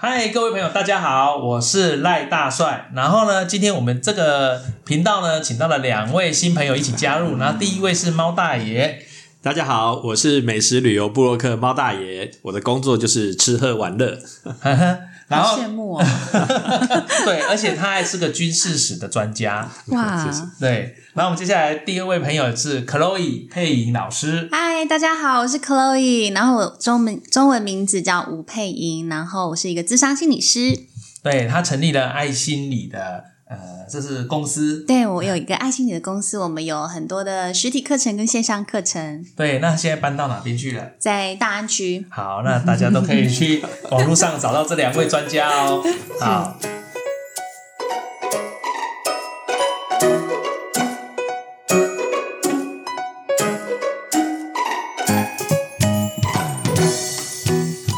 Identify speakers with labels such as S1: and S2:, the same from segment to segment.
S1: 嗨，各位朋友，大家好，我是赖大帅。然后呢，今天我们这个频道呢，请到了两位新朋友一起加
S2: 嗯
S1: 入。然后第一位是猫大爷，
S3: 大家好，我是美食旅游部落客猫大爷，我的工作就是吃喝玩乐。
S1: 呵呵然
S2: 好
S1: 后
S2: 羡 慕哦，
S1: 对，而且他还是个军事史的专家。
S2: 哇
S3: 谢！谢
S1: 对，然后我们接下来第二位朋友是 Chloe 配音老师。
S2: 嗨，大家好，我是 Chloe，然后我中文中文名字叫吴佩英，然后我是一个智商心理师，
S1: 对他成立了爱心理的呃，这是公司。
S2: 对我有一个爱心理的公司，我们有很多的实体课程跟线上课程，
S1: 对，那现在搬到哪边去了？
S2: 在大安区。
S1: 好，那大家都可以去网络上找到这两位专家哦。好。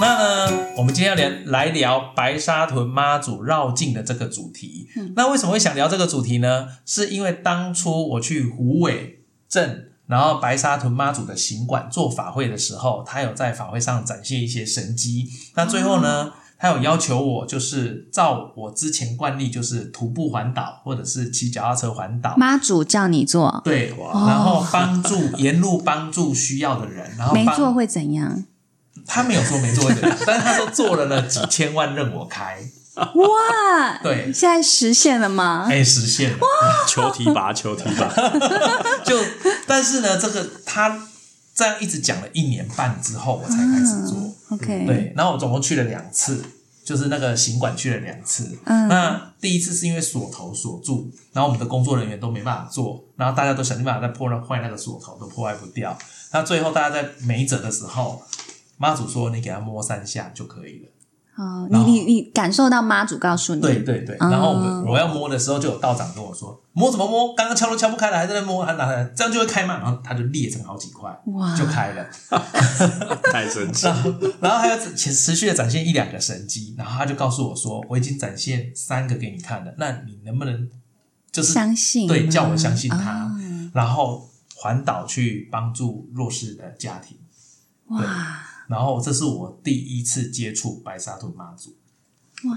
S1: 那呢，我们今天要聊来聊白沙屯妈祖绕境的这个主题。
S2: 嗯
S1: 那为什么会想聊这个主题呢？是因为当初我去虎尾镇，然后白沙屯妈祖的行馆做法会的时候，他有在法会上展现一些神迹。那最后
S2: 哦
S1: 呢，他有要求我，就是照我之前惯例，就是徒步环岛或者是骑脚踏车环岛。
S2: 妈祖叫你做，
S1: 对，
S2: 哦
S1: 然后帮助沿路帮助需要的人，然后
S2: 没
S1: 帮
S2: 做会怎样？
S1: 他没有说没做会怎样，但是他说做了呢几千万任我开，
S2: 哇！
S1: 对
S2: 现在实现了吗？
S1: 哎，实现了。
S3: 求提拔，求提拔，
S1: 就但是呢，这个他这样一直讲了一年半之后，我才开始做。
S2: OK，，
S1: 对，然后我总共去了两次，就是那个行管去了两次。
S2: 嗯
S1: 那第一次是因为锁头锁住，然后我们的工作人员都没办法做，然后大家都想尽办法在破那坏那个锁头，都破坏不掉。那最后大家在没辙的时候，妈祖说你给他摸三下就可以了。
S2: 好，
S1: 然
S2: 你
S1: 后
S2: 你你感受到妈祖告诉你，
S1: 对对对，
S2: 嗯
S1: 然后我们我要摸的时候，就有道长跟我说摸什么摸，刚刚敲都敲不开了，还在那摸，还拿来，这样就会开嘛，然后它就裂成好几块，
S2: 哇
S1: 就开了。
S3: 太神奇了。
S1: 然后然后还有持持续的展现一两个神机，然后他就告诉我说，我已经展现三个给你看了，那你能不能就是
S2: 相信
S1: 对
S2: 吗
S1: 叫我相信他，
S2: 啊
S1: 然后环岛去帮助弱势的家庭，
S2: 哇，
S1: 然后这是我第一次接触白沙屯妈祖。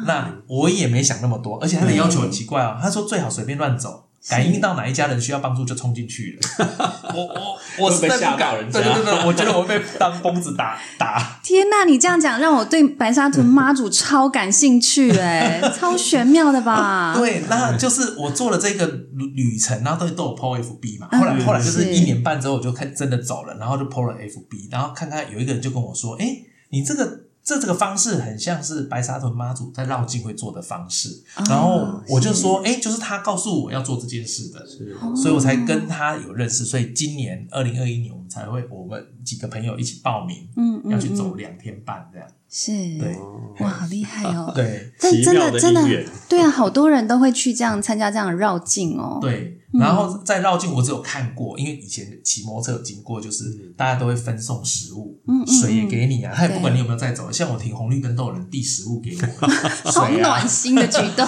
S1: 那我也没想那么多，而且他的要求很奇怪哦。他说最好随便乱走，感应到哪一家人需要帮助就冲进去 了。我我我实
S3: 会被
S1: 在不
S3: 吓到
S1: 敢，
S3: 人
S1: 对
S3: 家
S1: 对对对，我觉得我会被当疯子打打。
S2: 天呐，你这样讲让我对白沙屯妈祖超感兴趣 哎、超玄妙的吧？
S1: 对，那就是我做了这个旅旅程，然后都都有 PO FB 嘛。后来
S2: 嗯
S1: 后来就是
S2: 是
S1: 一年半之后，我就看真的走了，然后就 PO 了 FB，然后看看有一个人就跟我说：“哎，你这个这这个方式很像是白沙屯妈祖在绕境会做的方式。”
S2: 啊
S1: 然后我就说：“哎，就是他告诉我要做这件事的。”所以我才跟他有认识，所以今年二零二一年我们才会，我们几个朋友一起报名，
S2: 嗯嗯
S1: 要去走两天半这样，
S2: 是，
S1: 对
S2: 哇，好厉害哦！
S1: 对，
S2: 但
S3: 奇
S2: 真
S3: 妙
S2: 的
S3: 的
S2: 真
S3: 姻
S2: 的
S3: 缘，
S2: 对啊，好多人都会去这样参加这样的绕境哦。，
S1: 对，然后在绕境我只有看过，因为以前骑摩托车有经过，就是大家都会分送食物，
S2: 嗯嗯嗯
S1: 水也给你啊，他也
S2: 对
S1: 不管你有没有在走，像我停红绿灯都有人递食物给 我，
S2: 好
S1: 水啊
S2: 暖，心的举 动。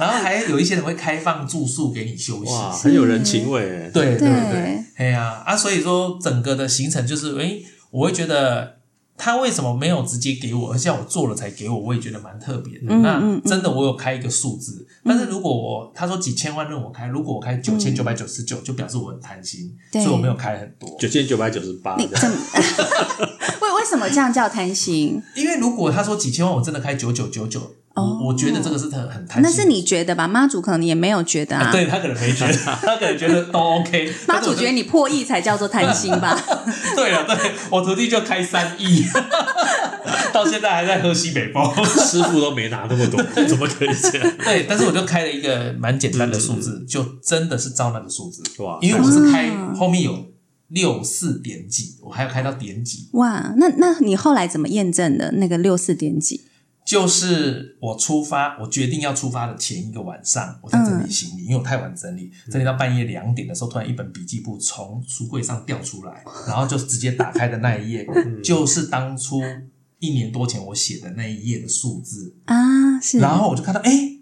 S1: 然后还有一些人会开放住宿给你休息。
S3: 哇，很有人情味。，
S1: 对对
S2: 对
S1: 对，哎呀啊所以说整个的行程就是，诶，我会觉得他为什么没有直接给我，而且我做了才给我，我也觉得蛮特别的。
S2: 嗯
S1: 那
S2: 嗯
S1: 真的我有开一个数字，但是如果我他说几千万任我开，如果我开九千九百九十九，就表示我很贪心，所
S2: 嗯对
S1: 以我没有开很多。
S3: 九千九百九十八，
S2: 你怎么？ 为为什么这样叫贪心？
S1: 因为如果他说几千万，我真的开九九九九，
S2: 哦
S1: 我我觉得这个是很很贪心。
S2: 那是你觉得吧？妈祖可能也没有觉得啊。
S1: 对他可能没 觉得，他可能觉得都 OK 但
S2: 妈
S1: 是我
S2: 祖
S1: 就。
S2: 觉得你破亿才叫做贪心 吧？
S1: 对了，对我徒弟就开三 亿，到现在还在喝西北风。
S3: 师傅都没拿那么多， 怎么可以这样？
S1: 对，但是我就开了一个蛮简单的数字，就真的是照那个数字，
S3: 哇
S1: 因为我是开后面有六四点几，我还要开到点几，
S2: 哇，那那你后来怎么验证的那个六四点几？
S1: 就是我出发，我决定要出发的前一个晚上，我在整理行李，因为我太晚整理，整理到半夜两点的时候，突然一本笔记簿从书柜上掉出来，然后就直接打开的那一页，就是当初一年多前我写的那一页的数字。
S2: 啊，是，
S1: 然后我就看到，哎、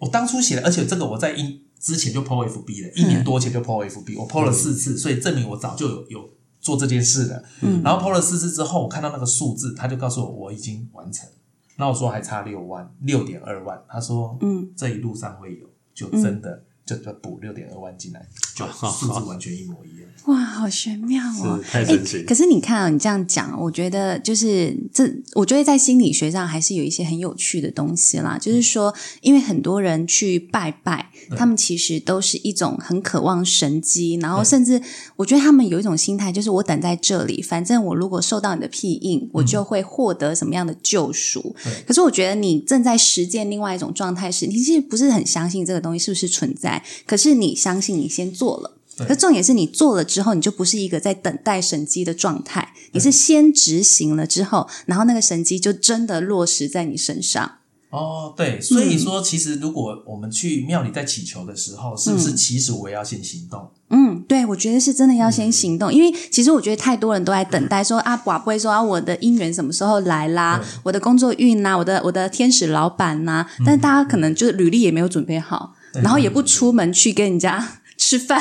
S1: 我当初写的，而且这个我在一之前就 PO FB 了，一年多前就 PO
S2: 嗯
S1: FB，我 PO 了四次，所以证明我早就有有做这件事了。嗯，然后 PO 了四次之后，我看到那个数字，他就告诉我我已经完成了。那我说还差六万，六点二万。他说，
S2: 嗯，
S1: 这一路上会有，就真的就就补六点二万进来，就数字完全一模一样。
S2: 哇，好玄妙哦！
S3: 是太
S2: 哎
S3: 神奇。
S2: 可是你看哦，你这样讲，我觉得就是这，我觉得在心理学上还是有一些很有趣的东西啦。就是说，因为很多人去拜拜，
S3: 嗯
S2: 他们其实都是一种很渴望神机，然
S3: 嗯
S2: 后
S1: 对
S2: 甚至我觉得他们有一种心态，就是我等在这里，反正我如果受到你的庇
S3: 嗯
S2: 应，我就会获得什么样的救赎。
S1: 对
S2: 可是我觉得你正在实践另外一种状态时，你其实不是很相信这个东西是不是存在，可是你相信你先做了。
S1: 对
S2: 可重点是你做了之后，你就不是一个在等待神机的状态，你是先执行了之后，然后那个神机就真的落实在你身上。
S1: 哦，对，所以说其实如果我们去庙里在祈求的时候，是不是其实我也要先行动？
S2: 嗯，对，我觉得是真的要先行动，因为其实我觉得太多人都在等待说啊，寡不会说啊，我的姻缘什么时候来啦
S1: 嗯对，嗯
S2: 我的工作运呐、啊我的我的天使老板呐、但大家可能就是履历也没有准备好，然后也不出门去跟人家 吃饭，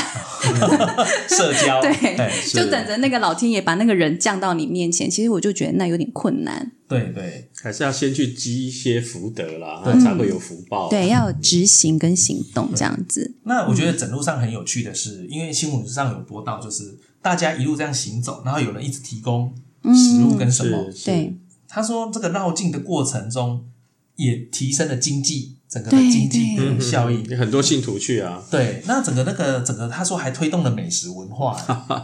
S1: 社交， 哎
S2: 对
S1: 对
S2: 就等着那个老天爷把那个人降到你面前。其实我就觉得那有点困难，
S1: 对对
S3: 还是要先去积一些福德啦，
S1: 对
S3: 才会有福报。
S2: 嗯对，要有执行跟行动这样子。
S1: 那我觉
S2: 嗯
S1: 得整路上很有趣的是，因为新闻上有播到，就是大家一路这样行走，然后有人一直提供
S2: 嗯
S1: 食物跟什么。
S3: 是，是
S2: 对，
S1: 他说这个绕境的过程中，也提升了经济整个的
S2: 对
S1: 经济
S2: 对
S1: 的效益。
S3: 嗯很多信徒去啊，
S1: 对，那整个那个整个，他说还推动了美食文化。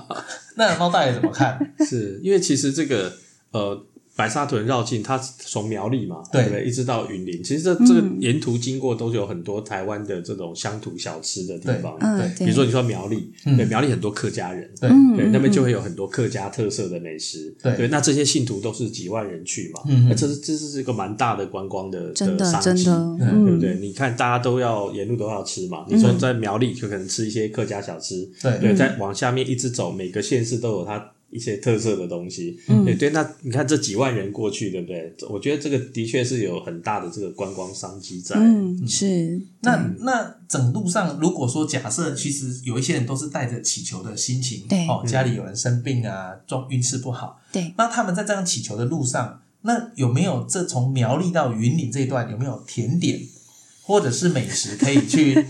S1: 那猫大爷怎么看？
S3: 是因为其实这个呃白沙屯绕境，它从苗栗嘛，
S1: 对
S3: 不对，一直到云林，其实这这个
S2: 嗯
S3: 沿途经过都有很多台湾的这种乡土小吃的地方。
S2: 嗯，
S1: 对嗯
S2: 对，
S3: 比如说你说苗栗，对苗栗很多客家人，
S1: 对
S2: 嗯，
S3: 对，
S2: 嗯
S3: 那边就会有很多客家特色的美食。
S1: 对
S3: 那这些信徒都是几万人去嘛，
S1: 嗯嗯
S3: 那这是这是一个蛮大的观光的
S2: 真
S3: 的
S2: 的
S3: 商
S2: 真
S3: 机
S2: 的，
S1: 嗯
S3: 对不
S2: 嗯，
S3: 对？你看，大家都要沿路都要吃嘛。你说在苗栗就可能吃一些客家小吃，
S1: 对
S2: 嗯
S3: 对，再往下面一直走，每个县市都有它一些特色的东西。
S2: 嗯
S3: 对对，那你看这几万人过去，对不对？我觉得这个的确是有很大的这个观光商机在。
S2: 嗯，是，
S1: 那那整路上，如果说假设其实有一些人都是带着祈求的心情，
S2: 对
S1: 哦，家里有人生病啊，状运势不好，
S2: 对，
S1: 那他们在这样祈求的路上，那有没有这从苗栗到云林这一段有没有甜点或者是美食可以 去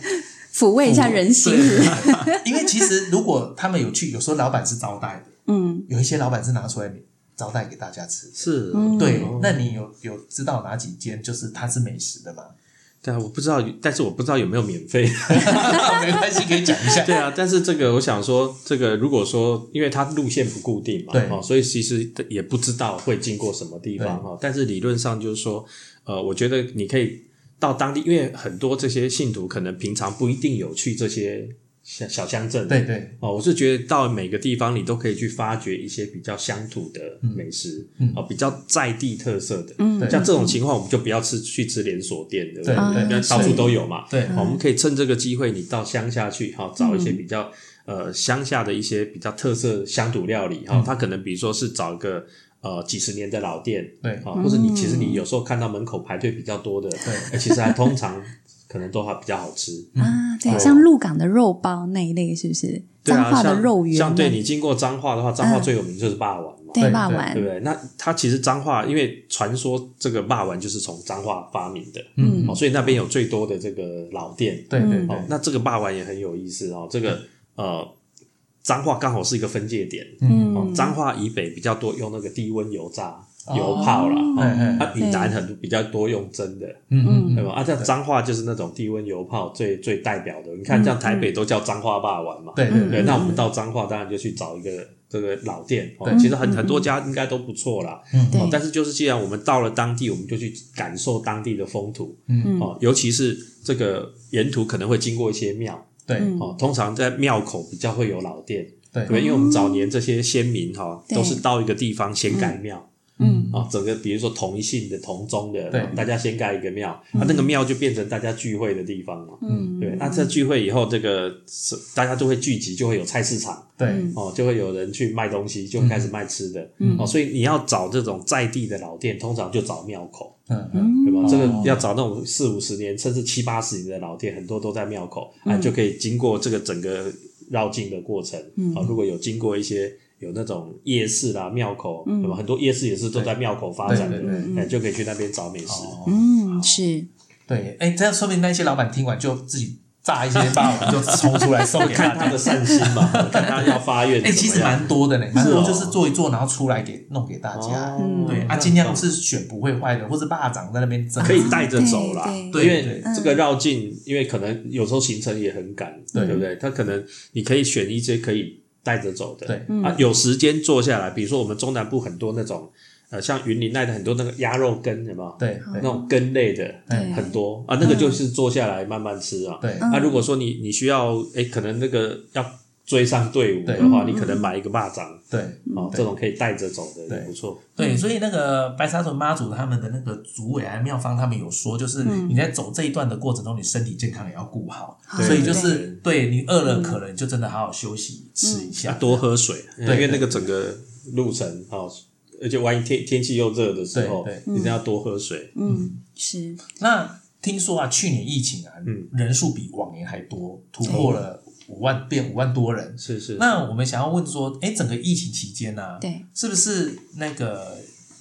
S2: 抚慰一下人心，
S1: 对因为其实如果他们有去，有时候老板是招待的，
S2: 嗯，
S1: 有一些老板是拿出来招待给大家吃。
S3: 是，
S2: 嗯
S1: 对，那你有有知道哪几间就是它是美食的吗？
S3: 对啊，我不知道，但是我不知道有没有免 费。
S1: 没关系，可以讲一下。
S3: 对啊，但是这个我想说，这个如果说因为它路线不固定嘛，
S1: 对
S3: 哦，所以其实也不知道会经过什么地方哈、哦。但是理论上就是说，呃，我觉得你可以到当地，因为很多这些信徒可能平常不一定有去这些小小乡镇，
S1: 对对
S3: 哦，我是觉得到每个地方你都可以去发掘一些比较乡土的美食，
S1: 嗯
S3: 哦，比较在地特色的。
S2: 嗯
S1: 对
S3: 像这种情况，我们就不要吃去吃连锁店，对不对？
S1: 对
S2: 对
S3: 不要到处都有嘛。
S1: 对
S3: 哦我们可以趁这个机会，你到乡下去，哈、找一些比较、呃乡下的一些比较特色乡土料理，哈、哦
S1: 嗯
S3: 它可能比如说是找一个呃几十年的老店，
S1: 对
S3: 啊、或者你其实你有时候看到门口排队比较多的，对，其实还通常可能都还比较好吃。
S2: 啊，对，
S3: 对
S2: 像鹿港的肉包那一类是不是？
S3: 哦对
S2: 彰
S3: 啊，
S2: 化
S3: 像
S2: 的肉圆，
S3: 像对你经过彰化的话，彰化最有名就是霸王嘛。
S2: 对
S1: 对
S2: 霸
S1: 对
S2: 丸
S3: 对，不对？那它其实彰化，因为传说这个霸丸就是从彰化发明的，
S1: 嗯
S3: 哦，所以那边有最多的这个老店，
S1: 对对
S2: 嗯
S1: 对
S3: 哦，，那这个霸丸也很有意思哦。这个呃，彰化刚好是一个分界点，哦
S2: 嗯，，
S3: 彰化以北比较多用那个低温油炸、
S1: 哦
S3: 油泡啦，
S1: 嗯嗯
S3: 哦，啊，以南很多比较多用蒸的，
S1: 嗯
S3: 对吧？啊，像彰化就是那种低温油泡最最代表的。你看，像台北都叫彰化霸丸嘛，
S1: 对对
S3: 对，那我们到彰化当然就去找一个这个老店，哦
S1: 对
S3: 其实很很多家应该都不错啦。
S1: 嗯
S2: 对
S3: 哦，但是就是既然我们到了当地，我们就去感受当地的风土，
S1: 嗯
S3: 哦，尤其是这个沿途可能会经过一些庙，
S1: 对
S3: 哦，通常在庙口比较会有老店，
S1: 对
S3: 对，因为我们早年这些先民哈、
S2: 对
S3: 都是到一个地方先盖庙。
S2: 嗯
S3: 啊，整个比如说同一姓的、同宗的，
S1: 对
S3: 哦大家先盖一个庙，啊那、那个庙就变成大家聚会的地方嘛。
S2: 嗯
S3: 对，哎那这聚会以后，这个是大家就会聚集，就会有菜市场
S2: 嗯
S1: 对嗯
S3: 哦，就会有人去卖东西，就开始卖吃的、哦。所以你要找这种在地的老店，通常就找庙口，
S1: 嗯嗯
S3: 对吧？这个
S1: 哦
S3: 要找那种四五十年甚至七八十年的老店，很多都在哦庙口，啊，就可以经过这个整个绕境的过程。啊、如果有经过一些有那种夜市啦、庙口，有很多夜市也是都在庙口发展的
S1: 对对对，
S3: 哎，就可以去那边找美食。
S1: 哦，
S2: 嗯，是
S1: 对，哎，这样说明那些老板听完就自己炸一些八五就抽出来送给大
S3: 看
S1: 家
S3: 他。的善心 吧，看他要发愿怎么
S1: 哎、
S3: 样。
S1: 其实蛮多的呢，蛮
S3: 是
S1: 多
S3: 哦
S1: 就是做一做，然后出来给弄给大家。
S3: 哦
S2: 嗯
S1: 对
S3: 那
S1: 啊，
S3: 很
S1: 尽量
S3: 棒
S1: 是选不会坏的，或者霸掌在那边争。
S3: 可以带着走啦。
S2: 对
S1: 嗯对
S3: 因
S1: 对
S3: 为这个绕境，因为可能有时候行程也很赶，
S1: 对
S3: 对不对？他可能你可以选一些可以带着走的，
S1: 对
S3: 啊，有时间坐下来，比如说我们中南部很多那种，呃，像云林那里的很多那个鸭肉羹，有没有？
S1: 对对
S3: 那种羹类的
S2: 对
S3: 很多啊，那个就是坐下来慢慢吃啊。
S1: 对，
S3: 啊，如果说你你需要，哎，可能那个要追上队伍
S1: 对
S3: 的话，你可能买一个蚂蚱
S1: 对
S3: 啊，这种可以带着走的也不错。
S1: 对，所以那个白沙屯妈祖他们的那个主委还妙方他们有说，就是你在走这一段的过程中，你身体健康也要顾好。
S2: 对
S1: 所以就是对你饿了，可能就真的好好休息吃一
S3: 要
S1: 下。
S3: 多喝水，因
S1: 对
S3: 为那个整个路程哦，而且万一天天气又热的时候，
S1: 对对
S3: 一定要多喝水。
S2: 嗯是
S1: 那听说啊，去年疫情啊，
S3: 嗯
S1: 人数比往年还多，突破了五万，变五万多人。
S3: 是是，
S1: 那我们想要问说，哎，整个疫情期间呢、啊，
S2: 对，
S1: 是不是那个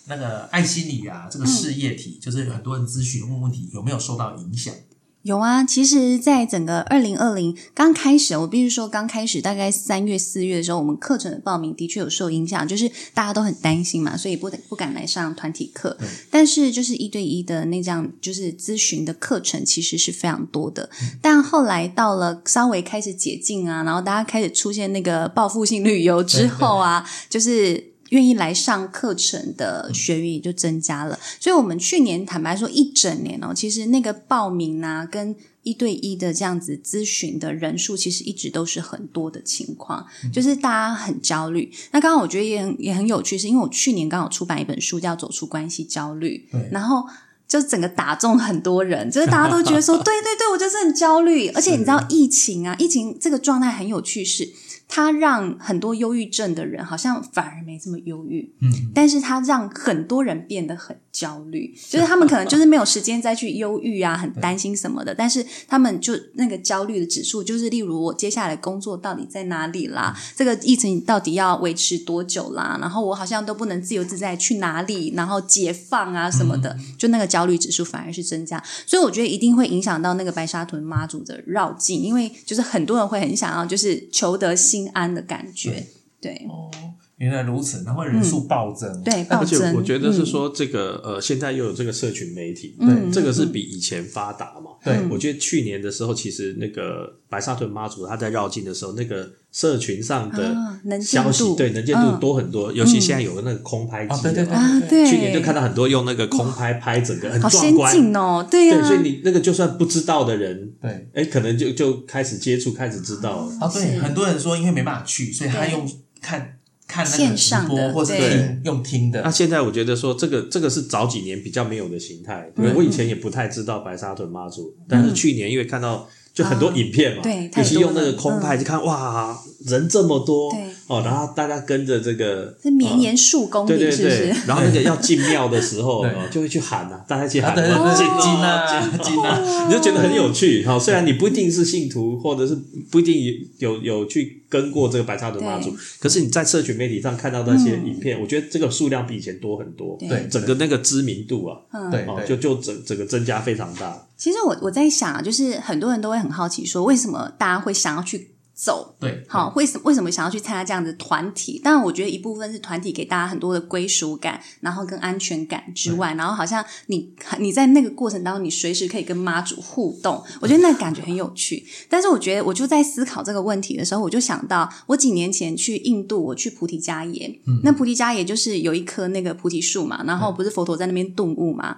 S1: 那个爱心理啊，这个事业
S2: 嗯
S1: 体，就是很多人咨询问问题，有没有受到影响？
S2: 有啊，其实，在整个二零二零刚开始，我必须说，刚开始大概三月、四月的时候，我们课程的报名的确有受影响，就是大家都很担心嘛，所以不不敢来上团体课。但是，就是一对一的那这样，就是咨询的课程其实是非常多的。但后来到了稍微开始解禁啊，然后大家开始出现那个报复性旅游之后啊，就是。愿意来上课程的学员也就增加了，所以我们去年坦白说一整年哦，其实那个报名啊跟一对一的这样子咨询的人数，其实一直都是很多的情况，就是大家很焦虑。那刚刚我觉得也很也很有趣，是因为我去年刚好出版一本书叫《走出关系焦虑》
S1: 对，
S2: 然后。就整个打中很多人，就是大家都觉得说，对对对，我就是很焦虑。而且你知道疫情啊，疫情这个状态很有趣是，它让很多忧郁症的人好像反而没这么忧郁。
S1: 嗯，
S2: 但是它让很多人变得很焦虑，就是他们可能就是没有时间再去忧郁啊，很担心什么的，但是他们就那个焦虑的指数，就是例如我接下来工作到底在哪里啦，这个疫情到底要维持多久啦，然后我好像都不能自由自在去哪里，然后解放啊什么的，就那个焦虑指数反而是增加，所以我觉得一定会影响到那个白沙屯妈祖的绕境，因为就是很多人会很想要就是求得心安的感觉，对嗯
S1: 哦，原来如此，难怪人数暴增。
S2: 对，
S3: 而
S2: 暴
S3: 且
S2: 增，
S3: 我觉哎得是
S2: 嗯
S3: 说，这个呃，现在又有这个社群媒体，
S2: 嗯
S3: 这个是比以前发达嘛。
S1: 对
S3: 我觉得去年的时候，其实那个白沙屯妈祖他在绕境的时候，那个社群上
S2: 啊能
S3: 的
S2: 见
S3: 消息，
S2: 度
S3: 对能见度
S2: 嗯
S3: 多很多，尤其现在有那个空拍机
S1: 啊对对
S3: 有没有
S2: 啊，对，
S3: 去年就看到很多用那个空拍拍整个很
S2: 好
S3: 壮
S2: 先
S3: 观，
S2: 进哦，对呀、
S3: 对，所以你那个就算不知道的人，
S1: 对。
S3: 哎，可能就就开始接触，开始知道了。
S1: 啊，对，
S2: 是
S1: 很多人说因为没办法去，所以他
S2: 对
S1: 用看看那个
S2: 线
S1: 直
S2: 上
S1: 播
S2: 的
S1: 或是
S2: 对
S1: 听用听的
S3: 那。现在我觉得说，这个这个是早几年比较没有的形态。对
S2: 嗯
S3: 我以前也不太知道白沙屯妈祖，但是去年因为看到就很多影片嘛，
S2: 嗯对
S3: 尤其用那
S2: 太
S3: 个
S2: 多了嗯
S3: 空拍就看哇，人这么多
S2: 对，
S3: 哦，然后大家跟着这个哦
S2: 是绵延数公
S3: 啊对
S2: 里，
S3: 对
S2: 是不
S3: 对
S2: 是？，
S3: 然后那个要进庙的时 候，
S1: 对
S3: 哦就会去喊啊，大家一起
S1: 啊，
S3: 喊
S1: 对对
S3: 哇
S1: 对，
S3: 进
S1: 金
S3: 哦
S1: 啊，金啊，
S3: 你就觉得很有趣
S2: 嗯
S3: 哈。虽然你不一定是信徒，或者是不一定有有去跟过这个白沙屯妈祖
S2: 对，嗯
S3: 可是你在社群媒体上看到那些影片，我觉得这个数量比以前多很多，
S2: 对
S1: 对
S3: 整个那个知名度啊，
S1: 对
S3: 哦，
S1: 对
S3: 就就整整个增加非常大。
S2: 其实我我在想啊，就是很多人都会很好奇，说为什么大家会想要去走
S1: 对，
S2: 好，为什为什么想要去参加这样的团体？当然，我觉得一部分是团体给大家很多的归属感，然后跟安全感之外，然后好像你你在那个过程当中，你随时可以跟妈祖互动，我觉得那个感觉很有趣。但是我觉得，我就在思考这个问题的时候，我就想到我几年前去印度，我去菩提伽耶，
S1: 嗯
S2: 那菩提伽耶就是有一棵那个菩提树嘛，然后不是佛陀在那边顿悟嘛。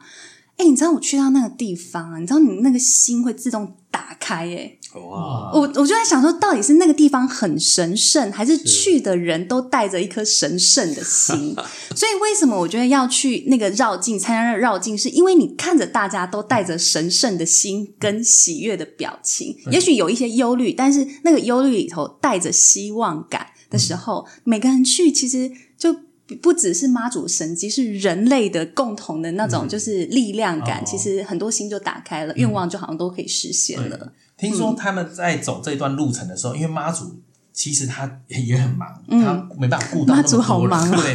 S2: 哎、你知道我去到那个地方啊，你知道你那个心会自动打开哎、
S3: 哇，
S1: 哇，
S2: 我我就在想说，到底是那个地方很神圣，还是去的人都带着一颗神圣的心？所以为什么我觉得要去那个绕境参加那个绕境，是因为你看着大家都带着神圣的心跟喜悦的表情，也许有一些忧虑，但是那个忧虑里头带着希望感的时候，每个人去其实就。不只是妈祖神迹，是人类的共同的那种，就是力量感。
S1: 哦
S2: 其实很多心就打开了，愿望就好像都可以实现
S1: 对
S2: 了。嗯
S1: 听说他们在走这段路程的时候，因为妈祖其实他也很忙，
S2: 嗯
S1: 他没办法顾到
S2: 妈
S1: 那
S2: 祖
S1: 么
S2: 好
S1: 多人。
S2: 忙啊
S1: 对，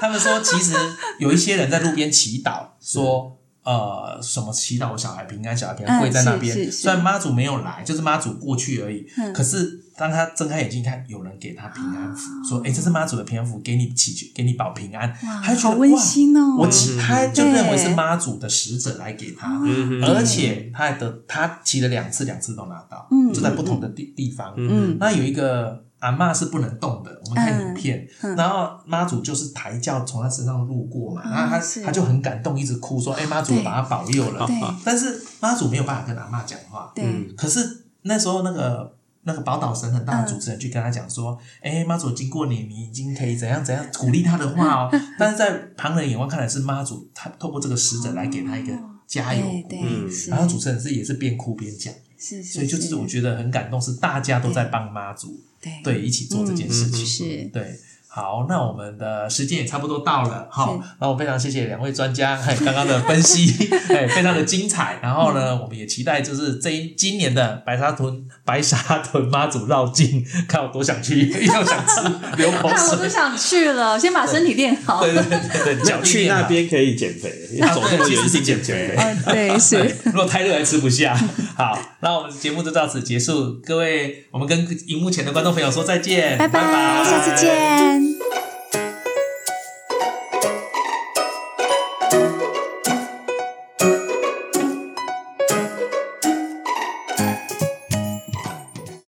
S1: 他们说其实有一些人在路边祈祷，说呃什么祈祷我小孩平安，小孩平安
S2: 嗯
S1: 跪在那
S2: 是是
S1: 边。
S2: 是嗯
S1: 虽然妈祖没有来，就是妈祖过去而已。可是当他睁开眼睛看，有人给他平安符，说：“哎，这是妈祖的平安符，给你祈求，给你保平安。”
S2: 啊哇，
S1: 他就觉
S2: 啊好
S1: 得
S2: 温
S1: 哇
S2: 馨哦！
S1: 我其他就
S2: 对啊
S1: 认为是妈祖的使者来给他，
S3: 嗯
S1: 而且他还得他骑了两次，两次都拿到，
S2: 嗯
S1: 就在不同的地地方。
S2: 嗯
S1: 那有一个阿嬷是不能动的，我们看影片，
S2: 嗯嗯
S1: 然后妈祖就是抬轿从他身上路过嘛，
S2: 哦
S1: 然后他
S2: 是啊
S1: 他就很感动，一直哭说：“哎、妈祖
S2: 对
S1: 把他保佑了。
S2: 对”
S1: 但是妈祖没有办法跟阿嬷讲话，
S2: 对，
S1: 可是那时候那个那个宝岛神很大的主持人去跟他讲说：“
S2: 嗯
S1: 哎、妈祖经过你，你已经可以怎样怎样鼓励他的话 哦。”但是在旁人眼光看来是妈祖，他透过这个使者来给他一个加油
S2: 哦对
S1: 鼓励。
S2: 对，
S3: 嗯
S2: 是
S1: 然后主持人是也是边哭边讲，
S2: 是，是
S1: 所以就是
S2: 嗯
S1: 我觉得很感动，是大家都在帮妈祖
S2: 对
S1: 对一起做这件事情。
S2: 嗯是
S1: 对，好，那我们的时间也差不多到了哈
S2: 是。
S1: 那我非常谢谢两位专家，嘿，刚刚的分析， 哎，非常的精彩。然后
S2: 嗯
S1: 呢，我们也期待就是这一今年的白沙屯白沙屯妈祖绕境，看我多想去， 又想吃流口
S2: 看我都
S1: 水。
S2: 想去了，先把身体练好。
S1: 对对对对，
S3: 那
S1: 脚
S3: 去那
S1: 边。
S3: 边可以减肥，走那么远一定减肥。
S2: 嗯，对，
S1: 对
S2: 是，
S1: 哎如果太热还吃不下。 好，那我们节目就到此结束。各位，我们跟荧幕前的观众朋友说再见，
S2: 拜
S1: 拜
S2: 拜，下次见。